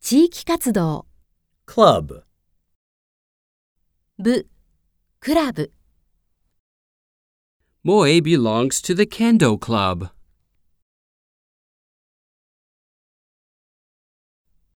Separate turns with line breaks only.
地域活動、
club,
部、クラブ。
Moe belongs to the Kendo Club.